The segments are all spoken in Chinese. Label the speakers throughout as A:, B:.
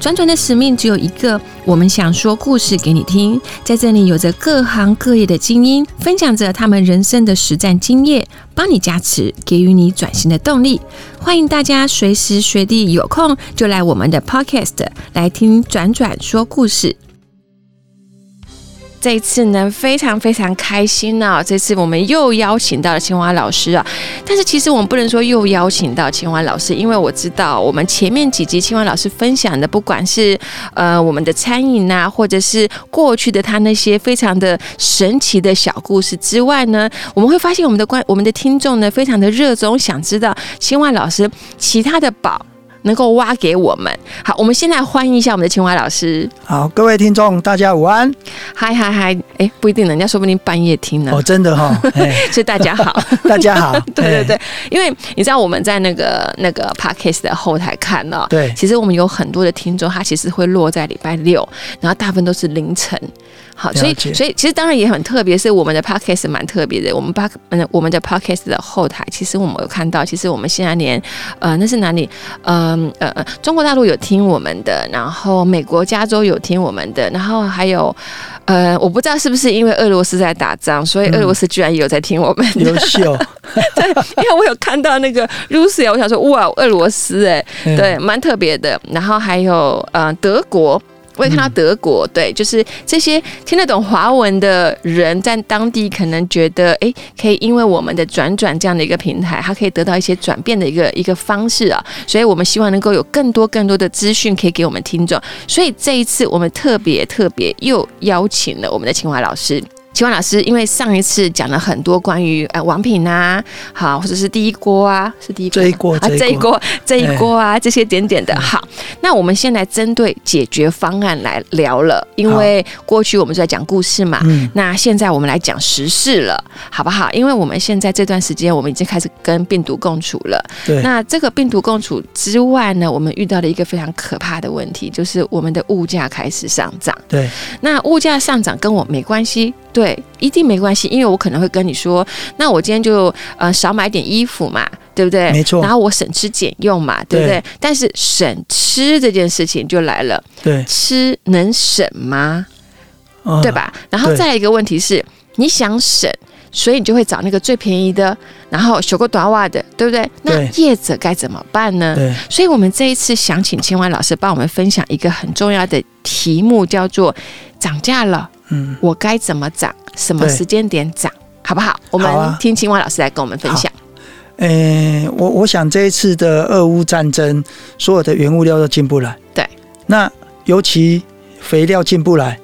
A: 转转的使命只有一个，我们想说故事给你听。在这里，有着各行各业的精英，分享着他们人生的实战经验，帮你加持，给予你转型的动力。欢迎大家随时随地有空就来我们的 Podcast 来听转转说故事。这一次呢，非常非常开心啊！这次我们又邀请到了青蛙老师啊，但是其实我们不能说又邀请到青蛙老师，因为我知道我们前面几集青蛙老师分享的，不管是呃我们的餐饮啊，或者是过去的他那些非常的神奇的小故事之外呢，我们会发现我们的观我们的听众呢非常的热衷，想知道青蛙老师其他的宝。能够挖给我们。好，我们先来欢迎一下我们的青蛙老师。
B: 好，各位听众，大家午安。
A: 嗨嗨嗨！哎，不一定，人家说不定半夜听呢。
B: 哦，真 的哈、哦，哎，
A: 所以大家好，。
B: 大家好
A: 对 对
B: 哎
A: 对，因为你知道我们在那个那个 podcast 的后台看到、
B: 对
A: 其实我们有很多的听众，他其实会落在礼拜六，然后大部分都是凌晨。好，所以
B: 了解
A: 所以其实当然也很特别，是我们的 podcast 蛮特别的。我们 p 嗯我们的 podcast 的后台，其实我们有看到，其实我们现在连呃那是哪里？嗯呃呃，中国大陆有听我们的，然后美国加州有听我们的，然后还有呃我不知道是不是因为俄罗斯在打仗，所
B: 嗯
A: 以俄罗斯居然也有在听我们的。
B: 优秀，哎
A: 因为我有看到那个 Russia，我想说哇，俄罗斯哎、
B: 嗯
A: 对，蛮特别的。然后还有呃德国。我也看到德国，对，就是这些听得懂华文的人，在当地可能觉得，诶，可以因为我们的转转这样的一个平台，他可以得到一些转变的一个一个方式啊，所以我们希望能够有更多更多的资讯可以给我们听众。所以这一次我们特别特别又邀请了我们的清华老师。清华老师，因为上一次讲了很多关于呃王品啊，好，或者是第一锅啊，是第一锅吗
B: 这一锅
A: 啊，这
B: 这
A: 一
B: 一
A: 锅这一锅
B: 哎
A: 啊，这些点点
B: 嗯
A: 的。好，那我们先来针对解决方案来聊了，因为过去我们就在讲故事嘛，
B: 嗯，
A: 那现在我们来讲时事了，好不好？因为我们现在这段时间，我们已经开始跟病毒共处了。
B: 对，
A: 那这个病毒共处之外呢，我们遇到了一个非常可怕的问题，就是我们的物价开始上涨。
B: 对，
A: 那物价上涨跟我没关系，对，一定没关系，因为我可能会跟你说，那我今天就呃少买点衣服嘛，对不对？
B: 没错
A: 然后我省吃俭用嘛，对不对？
B: 对
A: 但是省吃这件事情就来了，
B: 对，
A: 吃能省吗？
B: 嗯
A: 对？吧？然后
B: 对
A: 再来一个问题是，你想省，所以你就会找那个最便宜的，然后修个短袜的，对不对？那
B: 对
A: 业者该怎么办呢？
B: 对，
A: 所以，我们这一次想请千万老师帮我们分享一个很重要的题目，叫做“涨价了，
B: 嗯，
A: 我该怎么涨？什么
B: 对
A: 时间点涨？”好不好？我
B: 好
A: 们
B: 啊
A: 听青蛙老师来跟我们分享。
B: 诶、我我想这一次的俄乌战争，所有的原物料都进不来。
A: 对，
B: 那尤其肥料进不来，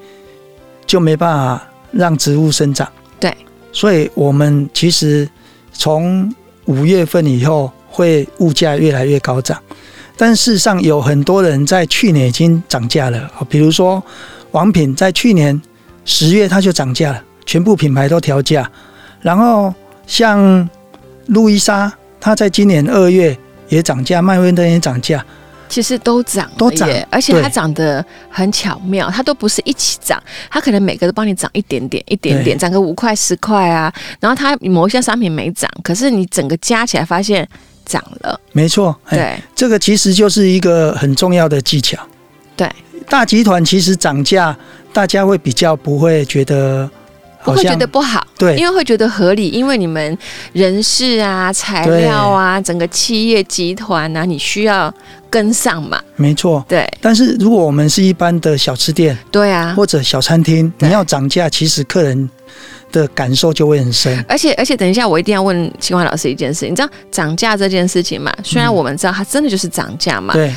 B: 就没办法让植物生长。
A: 对，
B: 所以我们其实从五月份以后，会物价越来越高涨。但事实上，有很多人在去年已经涨价了，哦比如说王品在去年十月它就涨价了，全部品牌都调价。然后像路易莎，它在今年二月也涨价，麦芬登也涨价，
A: 其实都涨了
B: 都涨
A: 耶，而且它
B: 对
A: 涨得很巧妙，它都不是一起涨，它可能每个都帮你涨一点点、一点点，涨个五块、十块啊。然后它某一项商品没涨，可是你整个加起来发现涨了，
B: 没错，哎
A: 对
B: 这个其实就是一个很重要的技巧。
A: 对，
B: 大集团其实涨价，大家会比较不会觉得
A: 不
B: 好
A: 会觉
B: 像
A: 得不好。因
B: 对
A: 为会觉得合理，因为你们人事啊、材料啊、整个企业集团啊，你需要跟上嘛。
B: 没错。
A: 对，
B: 但是如果我们是一般的小吃店
A: 对啊。
B: 或者小餐厅，
A: 对
B: 你要涨价，其实客人的感受就会很深。
A: 而且而且，等一下，我一定要问清华老师一件事，你知道涨价这件事情嘛？虽然我们知道它真的就是涨价嘛，
B: 嗯对，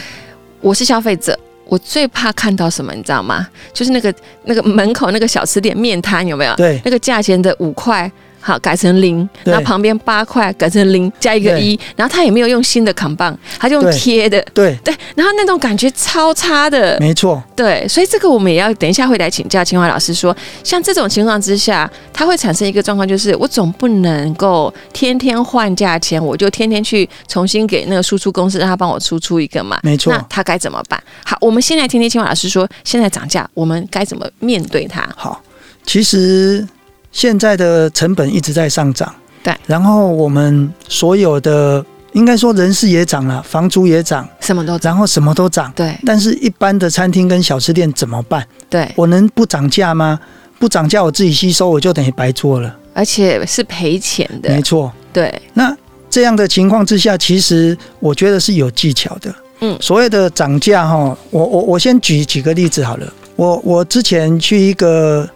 A: 我是消费者。我最怕看到什么，你知道吗？就是那个那个门口那个小吃店面摊有没有？
B: 对
A: 那个价钱的五块好改成零，
B: 对
A: 然后旁边八块改成零加一个
B: 对
A: 一，然后他也没有用新的扛棒，他就用
B: 对
A: 贴的，
B: 对，
A: 对，然后那种感觉超差的，
B: 没错，
A: 对，所以这个我们也要等一下会来请教清华老师说，像这种情况之下，它会产生一个状况，就是我总不能够天天换价钱，我就天天去重新给那个输出公司让他帮我输出一个嘛，
B: 没错
A: 那他该怎么办？好，我们先来听听清华老师说，现在涨价，我们该怎么面对它？
B: 好，其实现在的成本一直在上涨，
A: 对，
B: 然后我们所有的应该说人事也涨了，房租也涨，
A: 什么都涨，
B: 然后什么都涨，
A: 对
B: 但是一般的餐厅跟小吃店怎么办？
A: 对，
B: 我能不涨价吗？不涨价，我自己吸收，我就等于白做了。
A: 而且是赔钱
B: 没
A: 的，
B: 错，
A: 对
B: 那这样的情况之下，其实我觉得是有技巧的。
A: 嗯
B: 所谓的涨价哈，我我我先举几个例子好了。我我之前去一个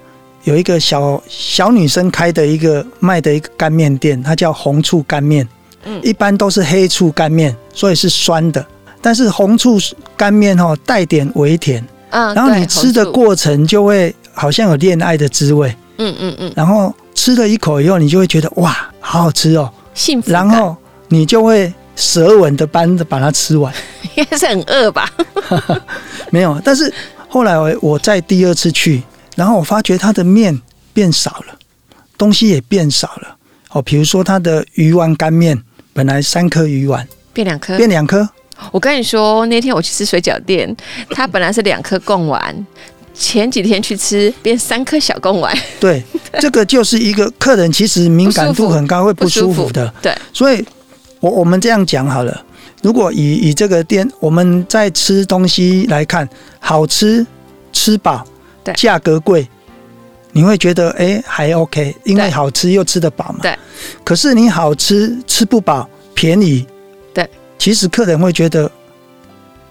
B: 有一个小小女生开的一个卖的一个干面店，它叫红醋干面。
A: 嗯
B: 一般都是黑醋干面，所以是酸的。但是红醋干面哈带点微甜，
A: 嗯
B: 然后你
A: 对
B: 吃的
A: 红醋
B: 过程就会好像有恋爱的滋味，
A: 嗯嗯嗯，
B: 然后吃了一口以后，你就会觉得哇，好好吃哦。
A: 幸福感，
B: 然后你就会舌吻的般的把它吃 完。
A: 应该是很饿 吧？
B: 没有，但是后来我我在第二次去，然后我发觉它的面变少了，东西也变少了。哦，比如说它的鱼丸干面，本来三颗鱼丸
A: 变两颗，
B: 变两颗，
A: 我跟你说，那天我去吃水饺店，它本来是两颗贡丸，前几天去吃变三颗小贡丸，
B: 对，这个就是一个客人其实敏感度很高，会不舒服的。
A: 对，
B: 所以我我们这样讲好了。如果以以这个店，我们在吃东西来看，好吃、吃饱
A: 对，
B: 价格贵，你会觉得哎、诶还 OK，因为
A: 对
B: 好吃又吃得饱嘛。
A: 对。
B: 可是你好吃吃不饱，便宜，
A: 对，
B: 其实客人会觉得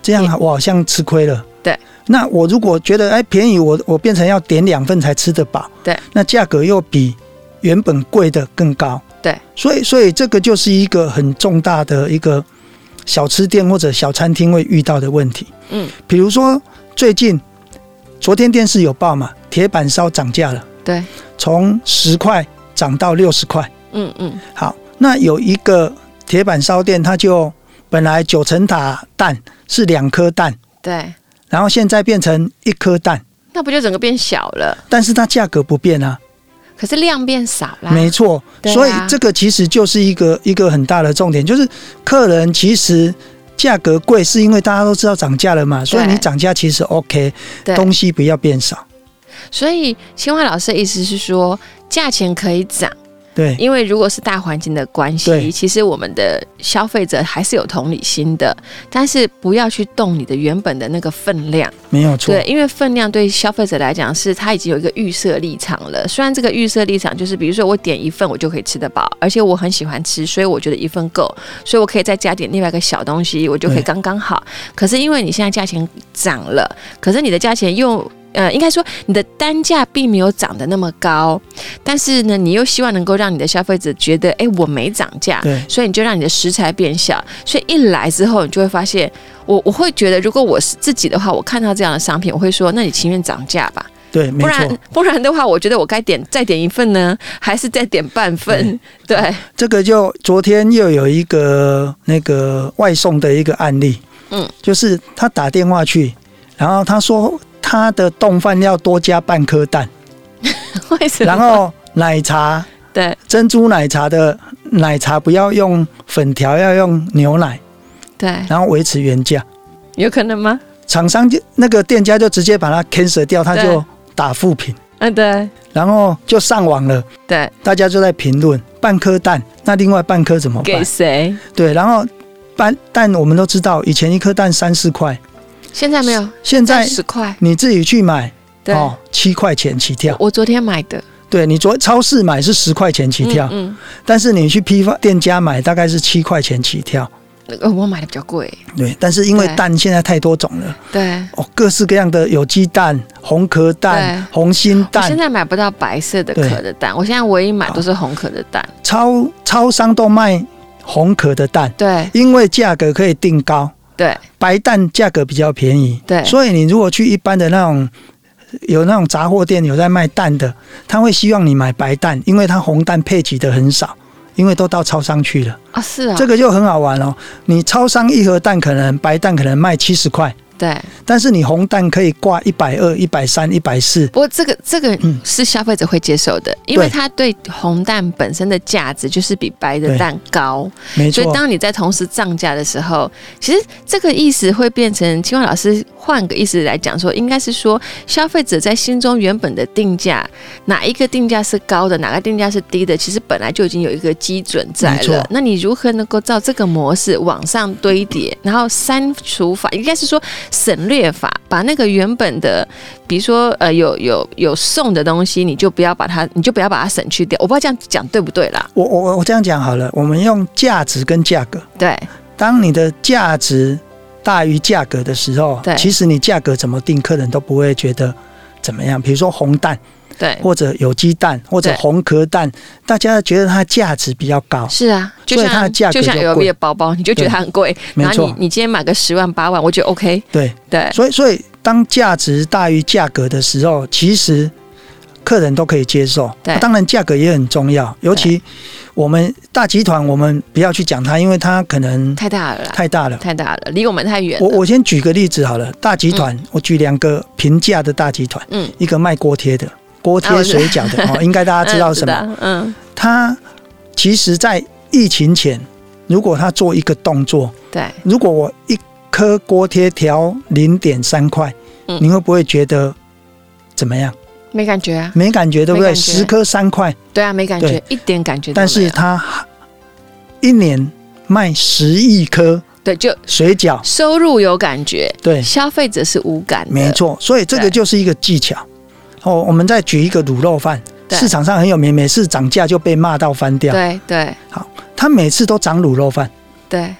B: 这样我好像吃亏了。
A: 对。
B: 那我如果觉得哎便宜，我我变成要点两份才吃得饱。
A: 对。
B: 那价格又比原本贵的更高。
A: 对。
B: 所以，所以这个就是一个很重大的一个小吃店或者小餐厅会遇到的问题。
A: 嗯，
B: 比如说最近，昨天电视有报嘛，铁板烧涨价了，
A: 对，
B: 从十块涨到六十块。
A: 嗯嗯，
B: 好，那有一个铁板烧店，它就本来九层塔蛋是两颗蛋，
A: 对，
B: 然后现在变成一颗蛋，
A: 那不就整个变小了？
B: 但是它价格不变啊。
A: 可是量变少啦，啊
B: 没错，
A: 对啊
B: 所以这个其实就是一个一个很大的重点，就是客人其实价格贵是因为大家都知道涨价了嘛，所以你涨价其实 OK，
A: 对，
B: 东西不要变少。
A: 所以清华老师的意思是说，价钱可以涨，
B: 对，
A: 因为如果是大环境的关系，
B: 哎对
A: 其实我们的消费者还是有同理心的，但是不要去动你的原本的那个分量。
B: 没有错
A: 对，，因为分量对消费者来讲是他已经有一个预设立场了。虽然这个预设立场就是，比如说我点一份我就可以吃得饱，而且我很喜欢吃，所以我觉得一份够，所以我可以再加点另外一个小东西，我就可以
B: 对
A: 刚刚好。可是因为你现在价钱涨了，可是你的价钱又。呃，应该说你的单价并没有涨得那么高，但是呢，你又希望能够让你的消费者觉得，哎、我没涨价，
B: 对
A: 所以你就让你的食材变小，所以一来之后，你就会发现，我我会觉得，如果我是自己的话，我看到这样的商品，我会说，那你情愿涨价吧，
B: 对，没
A: 不然
B: 错，
A: 不然的话，我觉得我该点再点一份呢，还是再点半份？
B: 嗯
A: 对，
B: 这个就昨天又有一个那个外送的一个案例，
A: 嗯，
B: 就是他打电话去，然后他说他的冻饭要多加半颗蛋，
A: 为什么？
B: 然后奶茶
A: 对
B: 珍珠奶茶的奶茶不要用粉条，要用牛奶。
A: 对，
B: 然后维持原价。
A: 有可能吗？
B: 厂商就那个店家就直接把它 cancel 掉，他
A: 对
B: 就打负评，
A: 嗯，对
B: 然后就上网了，
A: 对，
B: 大家就在评论半颗蛋，那另外半颗怎么
A: 给
B: 办？
A: 谁？
B: 对，然后半蛋我们都知道，以前一颗蛋三四块，
A: 现在没有，
B: 现在
A: 十块。
B: 你自己去买
A: 对，哦
B: 哦，七块钱起跳。
A: 我昨天买的，
B: 对你昨超市买是十块钱起跳，
A: 嗯，
B: 但是你去批发店家买大概是七块钱起跳。
A: 嗯呃我买的比较贵。
B: 对，但是因为
A: 对
B: 蛋现在太多种了，
A: 对，
B: 哦，各式各样的有机蛋、红壳蛋、红心
A: 我现
B: 蛋，
A: 在买不到白色的
B: 对哦
A: 壳的蛋，我现在唯一买都是红壳的蛋。
B: 超超商都卖红壳的蛋，
A: 对
B: 因为价格可以定高，
A: 对
B: 白蛋价格比较便宜。
A: 对
B: 所以你如果去一般的那种有那种杂货店有在卖蛋的，他会希望你买白蛋，因为它红蛋配给的很少，因为都到超商去了。
A: 啊，是啊，
B: 这个就很好玩哦。你超商一盒蛋可能白蛋可能卖七十块，
A: 对。
B: 但是你红蛋可以挂一百二、一百三、一百四。
A: 不过这个这个
B: 嗯
A: 是消费者会接受的，因为它对红蛋本身的价值就是比白的
B: 对
A: 蛋高，
B: 没
A: 所以
B: 错，
A: 当你在同时涨价的时候，其实这个意思会变成青蛙老师换个意思来讲说，应该是说消费者在心中原本的定价，哪一个定价是高的，哪个定价是低的，其实本来就已经有一个基准在
B: 没
A: 了
B: 错。
A: 那你如何能够照这个模式往上堆叠，然后删除法，应该是说省略法，把那个原本的，比如说呃有有有送的东西，你就不要把它，你就不要把它省去掉。我不知道这样讲对不对啦？
B: 我我我我这样讲好了，我们用价值跟价格。
A: 对，
B: 当你的价值大于价格的时候
A: 对，
B: 其实你价格怎么定，客人都不会觉得怎么样。比如说红蛋，
A: 对。
B: 或者有机蛋，或者
A: 对
B: 红壳蛋，大家觉得它价值比较高，
A: 是啊，就
B: 所以
A: 像
B: 它的价格
A: 就像
B: 就
A: LV
B: 贵
A: 的包包，你就觉得它很贵，
B: 没
A: 然后
B: 错
A: 你，你呃今天买个十万八万，我觉得 OK，
B: 对。
A: 对，
B: 所以，所以当价值大于价格的时候，其实客人都可以接受。
A: 对
B: 啊当然价格也很重要，尤其我们大集团，我们不要去讲它，因为它可能
A: 太大了啦，
B: 太大了。
A: 太大了，离我们太远了。
B: 我我先举个例子好了，大集团，我举两个平价的大集团，
A: 嗯，
B: 一个卖锅贴的，锅
A: 啊
B: 贴
A: 我知道
B: 水饺 的，哦，应该大家知道什么？
A: 么？嗯，
B: 它其实，在疫情前，如果它做一个动作，
A: 对，
B: 如果我一颗锅贴调零点三块
A: 嗯，
B: 你会不会觉得怎么样？
A: 没感觉啊，
B: 没感觉，对不
A: 没感
B: 对？
A: 觉
B: 十颗三块，
A: 对啊，没感觉，一点感觉都没有。
B: 但是它一年卖十亿颗
A: 对，就
B: 水饺，
A: 收入有感觉，
B: 对，
A: 消费者是无感的，
B: 没，错。所以这
A: 对
B: 个就是一个技巧。哦，我们再举一个卤肉饭，
A: 对
B: 市场上很有名，每次涨价就被骂到翻掉。
A: 对对
B: 它每次都涨卤肉饭。
A: 对，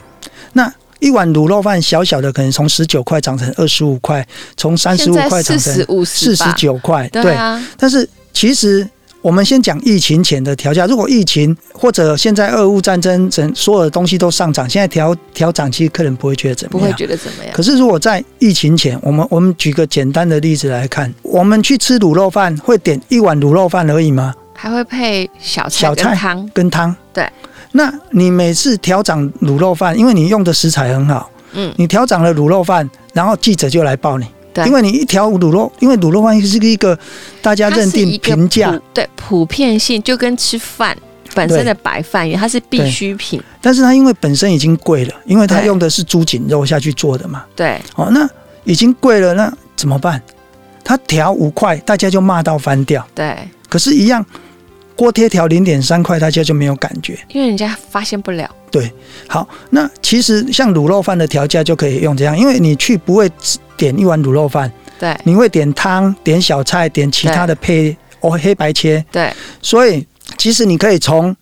B: 一碗卤肉饭小小的，可能从十九块涨成二十五块，从三十
A: 现
B: 五
A: 在
B: 块涨
A: 四
B: 成
A: 十五
B: 四十，九块。
A: 吧对啊，
B: 但是其实我们先讲疫情前的调价，如果疫情或者现在俄乌战争整所有的东西都上涨，现在调调涨，其实客人不会觉得怎
A: 不
B: 么
A: 会
B: 样。
A: 觉得怎么样。
B: 可是，如果在疫情前，我们我们举个简单的例子来看，我们去吃卤肉饭，会点一碗卤肉饭而已吗？
A: 还会配小菜
B: 小
A: 跟
B: 菜
A: 汤，
B: 跟汤。
A: 对。
B: 那你每次调涨卤肉饭，因为你用的食材很好，
A: 嗯，
B: 你调涨了卤肉饭，然后记者就来报你，
A: 对
B: 因为你一条卤肉，因为卤肉饭是一个大家
A: 它
B: 认
A: 是一个嗯
B: 定平价
A: 普，对普遍性，就跟吃饭本身的白饭一样，它是必需品。
B: 但是它因为本身已经贵了，因为它
A: 对
B: 用的是猪颈肉下去做的嘛，
A: 对
B: 哦，那已经贵了，那怎么办？它调五块，大家就骂到翻掉，
A: 对，
B: 可是，一样锅贴调零点三块，大家就没有感觉。
A: 因为人家发现不了。
B: 好，那其实像卤肉饭的调价就可以用这样，因为你去不会只点一碗卤肉饭，
A: 对
B: 你会点汤、点小菜、点其他的配哦黑白切，
A: 对
B: 所以其实你可以从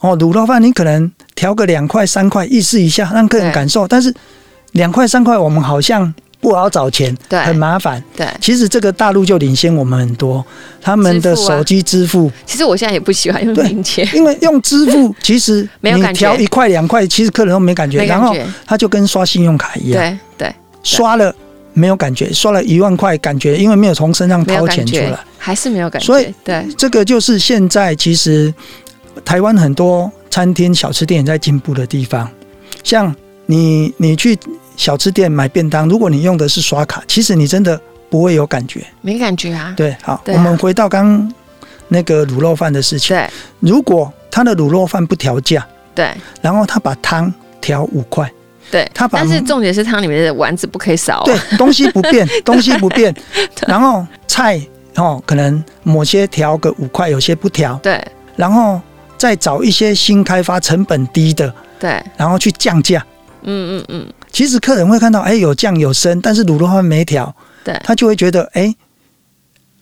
B: 哦卤肉饭，你可能调个两块三块，意思一下让客人
A: 对
B: 感受。但是两块三块我们好像不好找钱，
A: 对
B: 很麻烦。
A: 对，
B: 其实这个大陆就领先我们很多，他们的
A: 支付啊
B: 手机支付，
A: 其实我现在也不喜欢用
B: 对
A: 零钱，
B: 因为用支 付其实
A: 没有
B: 你
A: 感觉
B: 调一块两块，其实客人都没感觉，
A: 没
B: 然
A: 感
B: 后
A: 觉。
B: 他就跟刷信用卡一样，
A: 对对，
B: 刷了没有感觉，刷了一万块感觉，因为没有从身上
A: 没有
B: 掏
A: 感
B: 钱出
A: 觉
B: 来。，
A: 还是没有感觉。
B: 所以
A: 对
B: 这个就是现在其实台湾很多餐厅、小吃店也在进步的地方。像你你去小吃店买便当，如果你用的是刷卡，其实你真的不会有感觉。
A: 没感觉啊。
B: 对，好，
A: 对啊
B: 我们回到刚那个卤肉饭的事情。
A: 对
B: 如果他的卤肉饭不调价，
A: 对
B: 然后他把汤调五块，
A: 对，
B: 他把
A: 但是重点是汤里面的丸子不可以少、啊。
B: 对，东西不 变，东西不变，然后菜哦，可能某些调个五块，有些不调，
A: 对
B: 然后再找一些新开发、成本低的，
A: 对，
B: 然后去降价。
A: 嗯嗯嗯，
B: 其实客人会看到，哎，有降有升，但是卤肉饭没调，
A: 对
B: 他就会觉得，哎，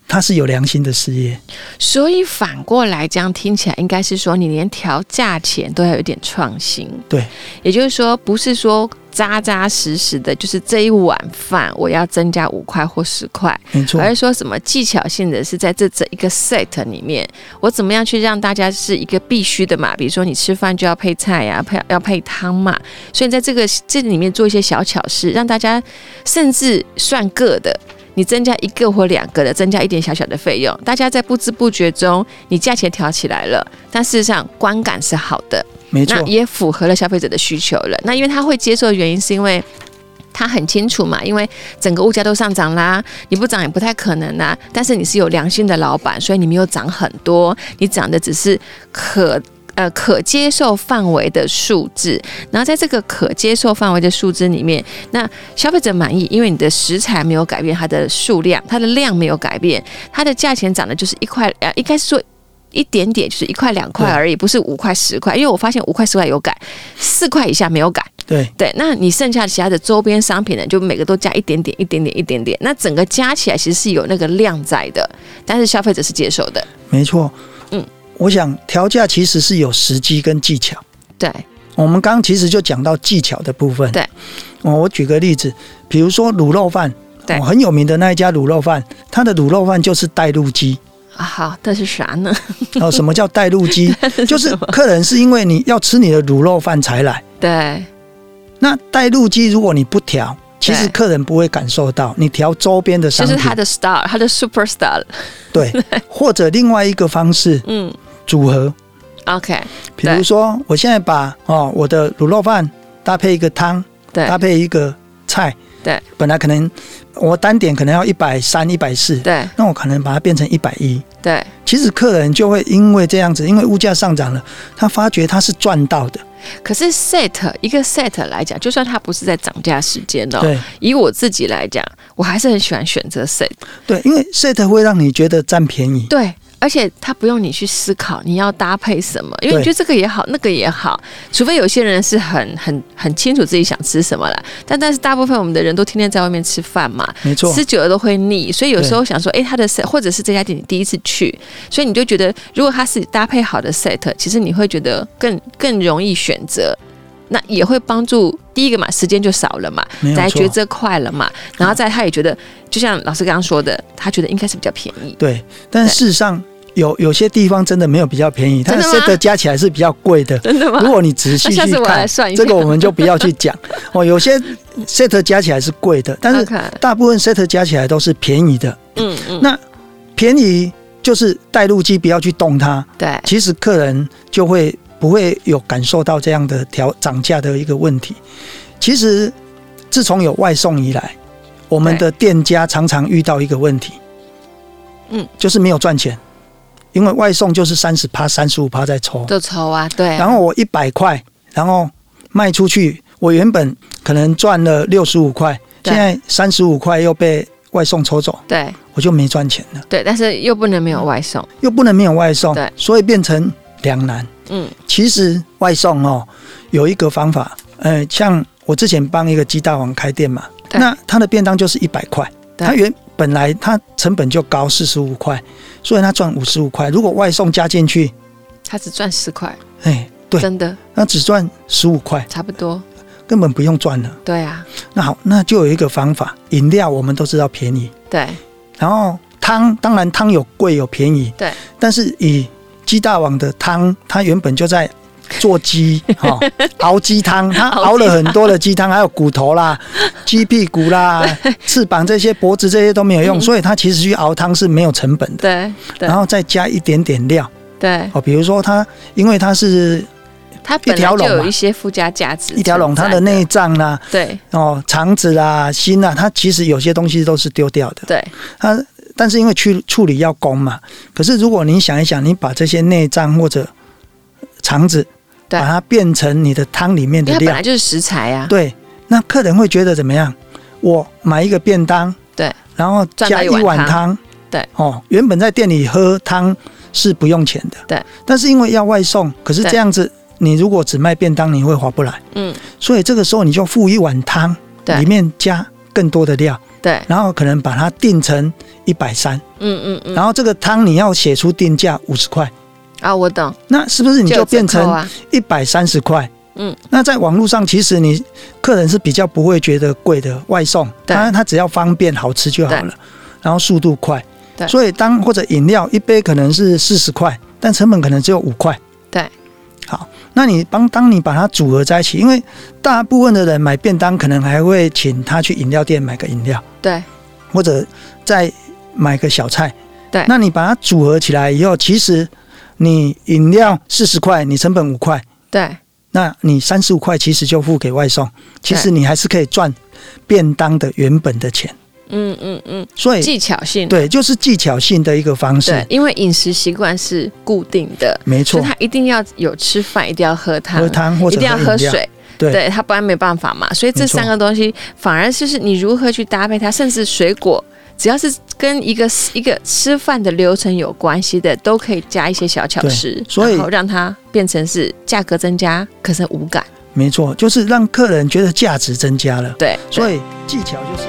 B: 他是有良心的事业。
A: 所以反过来这样听起来，应该是说你连调价钱都要有点创新。
B: 对，
A: 也就是说，不是说扎扎实实的，就是这一碗饭我要增加五块或十块，
B: 没错，
A: 而是说什么技巧性的是在这整一个 set 里面，我怎么样去让大家是一个必须的嘛？比如说你吃饭就要配菜呀、配要配汤嘛，所以在这个这里面做一些小巧事，让大家甚至算个的。你增加一个或两个的，增加一点小小的费用，大家在不知不觉中，你价钱调起来了，但事实上观感是好的，
B: 没错
A: 那，也符合了消费者的需求了。那因为他会接受的原因是因为。他很清楚嘛，因为整个物价都上涨啦，你不涨也不太可能啦。但是你是有良心的老板，所以你没有涨很多，你涨的只是可呃可接受范围的数字。然后在这个可接受范围的数字里面，那消费者满意，因为你的食材没有改变，它的数量、它的量没有改变，它的价钱涨的就是一块，呃，应该是说。一点点就是一块两块而已，不是五块十块，因为我发现五块十块有改，四块以下没有改。
B: 对，
A: 对，那你剩下其他的周边商品呢，就每个都加一点点、一点点、一点点，那整个加起来其实是有那个量在的，但是消费者是接受的。
B: 没错。
A: 嗯，
B: 我想调价其实是有时机跟技巧。
A: 对，
B: 我们刚刚其实就讲到技巧的部分。
A: 对，
B: 哦，我举个例子，比如说卤肉饭，
A: 对
B: 哦很有名的那一家卤肉饭，它的卤肉饭就是带路鸡。
A: 啊、好，这是啥呢？
B: 哦，什么叫带路 鸡？就是客人是因为你要吃你的卤肉饭才来。
A: 对啊
B: 那带路鸡如果你不调，其实
A: 对
B: 客人不会感受到，你调周边的商
A: 就是
B: 品，
A: 他的 star，他的 super star。
B: 对，或者另外一个方式
A: 嗯
B: 组合，
A: ，OK，
B: 比如说我现在把哦我的卤肉饭搭配一个汤，
A: 对
B: 搭配一个菜，
A: 对，
B: 本来可能我单点可能要一百三、一百四，
A: 对
B: 那我可能把它变成一百一。
A: 对，
B: 其实客人就会因为这样子，因为物价上涨了，他发觉他是赚到的，
A: 可是 set 一个 set 来讲，就算它不是在涨价时间哦，
B: 对
A: 以我自己来讲，我还是很喜欢选择 set。
B: 对，因为 set 会让你觉得占便宜，
A: 对，而且他不用你去思考你要搭配什么，因为
B: 对
A: 你觉得这个也好，那个也好，除非有些人是很很很清楚自己想吃什么了，但但是大部分我们的人都天天在外面吃饭嘛。
B: 没错，
A: 吃久了都会腻，所以有时候想说，诶，他的 set 或者是这家店你第一次去，所以你就觉得，如果它是搭配好的 set，其实你会觉得更更容易选择，那也会帮助第一个嘛，时间就少了嘛，
B: 没有
A: 来
B: 错
A: 抉。择快了嘛，然后再他也觉得，就像老师刚刚说的，他觉得应该是比较便宜，
B: 对，但
A: 对
B: 事实上有有些地方真的没有比较便宜，它的
A: 真的吗
B: set 加起来是比较贵的。
A: 真的吗？
B: 如果你仔细
A: 那下
B: 去
A: 次我来
B: 看，
A: 算一下。
B: 这个我们就不要去讲 哦。有些 set 加起来是贵的，但是
A: OK，
B: 大部分 set 加起来都是便宜的。
A: 嗯嗯，
B: 那便宜就是带路机不要去动它，
A: 对
B: 其实客人就会不会有感受到这样的调涨价的一个问题。其实自从有外送以来，我们的店家常常遇到一个问题，
A: 嗯，
B: 就是没有赚钱，因为外送就是三十趴、三十五趴在抽，
A: 都抽啊，对
B: 然后我一百块，然后卖出去，我原本可能赚了六十五块，
A: 对
B: 现在三十五块又被外送抽走，
A: 对
B: 我就没赚钱了，
A: 对，但是又不能没有外送，
B: 又不能没有外送
A: 对，
B: 所以变成两难。
A: 嗯
B: 其实外送哦，有一个方法，呃，像我之前帮一个鸡大王开店嘛，
A: 对
B: 那他的便当就是一百块，
A: 对
B: 他原本来他成本就高四十五块，所以他赚五十五块。如果外送加进去，
A: 他只赚十块，
B: 哎，对，
A: 真的
B: 那只赚十五块，
A: 差不多，
B: 根本不用赚了。
A: 对啊，
B: 那好，那就有一个方法，饮料我们都知道便宜，
A: 对
B: 然后汤当然汤有贵有便宜，
A: 对，
B: 但是以鸡大王的汤，它原本就在。做鸡哈、哦熬鸡汤，它熬了很多的鸡汤，还有骨头 啦、鸡屁股啦、翅膀这些、脖子这些都没有用，
A: 嗯
B: 所以它其实去熬汤是没有成本的。
A: 对对
B: 然后再加一点点料
A: 对，
B: 哦，比如说它，因为它是
A: 它本
B: 一
A: 来
B: 条
A: 就
B: 龙嘛
A: 有一些附加价值存在，
B: 一条龙，
A: 啊
B: 它的内脏啦、
A: 对
B: 哦肠子啦、心啦，它其实有些东西都是丢掉的。
A: 对
B: 它但是因为去处理要工嘛，可是如果你想一想，你把这些内脏或者肠子，
A: 对
B: 把它变成你的汤里面
A: 因为
B: 的
A: 它本
B: 料
A: 来，就是食材啊，
B: 对，那客人会觉得怎么样？我买一个便当，
A: 对，
B: 然后
A: 赚到
B: 加
A: 一
B: 一
A: 碗
B: 碗
A: 汤
B: 汤，
A: 对，
B: 哦，原本在店里喝汤是不用钱的，
A: 对，
B: 但是因为要外送，可是
A: 对
B: 这样子，你如果只卖便当，你会划不来，
A: 嗯
B: 所以这个时候你就付一碗汤，
A: 对
B: 里面加更多的料，
A: 对，
B: 然后可能把它定成一百三。
A: 嗯嗯嗯，
B: 然后这个汤你要写出定价五十块，
A: 啊我懂，
B: 那是不是你就
A: 有折
B: 变
A: 扣
B: 成
A: 啊，
B: 一百三十块？
A: 嗯，
B: 那在网络上，其实你客人是比较不会觉得贵的，外送，
A: 对
B: 他他只要方便好吃就好了，然后速度快。
A: 对
B: 所以当或者饮料一杯可能是四十块，但成本可能只有五块。
A: 对，
B: 好，那你帮当你把它组合在一起，因为大部分的人买便当可能还会请他去饮料店买个饮料。
A: 对
B: 或者再买个小菜。
A: 对
B: 那你把它组合起来以后，其实你饮料四十块，你成本五块，
A: 对
B: 那你三十五块其实就付给外送，其实
A: 对
B: 你还是可以赚便当的原本的钱。
A: 嗯嗯嗯，
B: 所以，
A: 技巧性
B: 对，就是技巧性的一个方
A: 对
B: 式，，
A: 因为饮食习惯是固定的，
B: 没
A: 所
B: 错
A: 以。他一定要有吃饭，一定要喝汤，
B: 喝汤或
A: 一
B: 者
A: 定要喝
B: 饮料，
A: 水，
B: 对
A: 他不然没办法嘛。所以这
B: 没错
A: 三个东西反而就是你如何去搭配它，甚至水果，只要是跟一个一个吃饭的流程有关系的，都可以加一些小巧思，
B: 所以
A: 然后让它变成是价格增加，可是无感。
B: 没错，就是让客人觉得价值增加了。
A: 对，
B: 所以技巧就是。